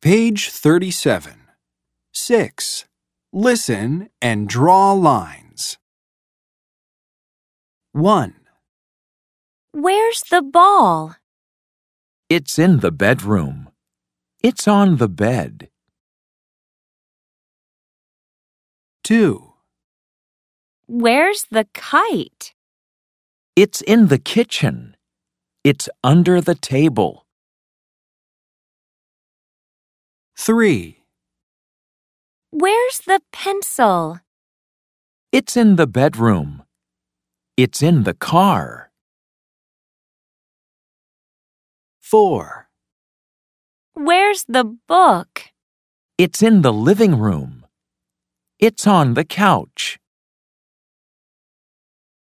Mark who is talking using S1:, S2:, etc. S1: Page 37. 6. Listen and draw lines. 1,
S2: Where's the ball?
S3: It's in the bedroom. It's on the bed.
S1: 2,
S2: Where's the kite?
S3: It's in the kitchen. It's under the table.
S1: 3,
S2: Where's the pencil?
S3: It's in the bedroom. It's in the car.
S1: 4,
S2: Where's the book?
S3: It's in the living room. It's on the couch.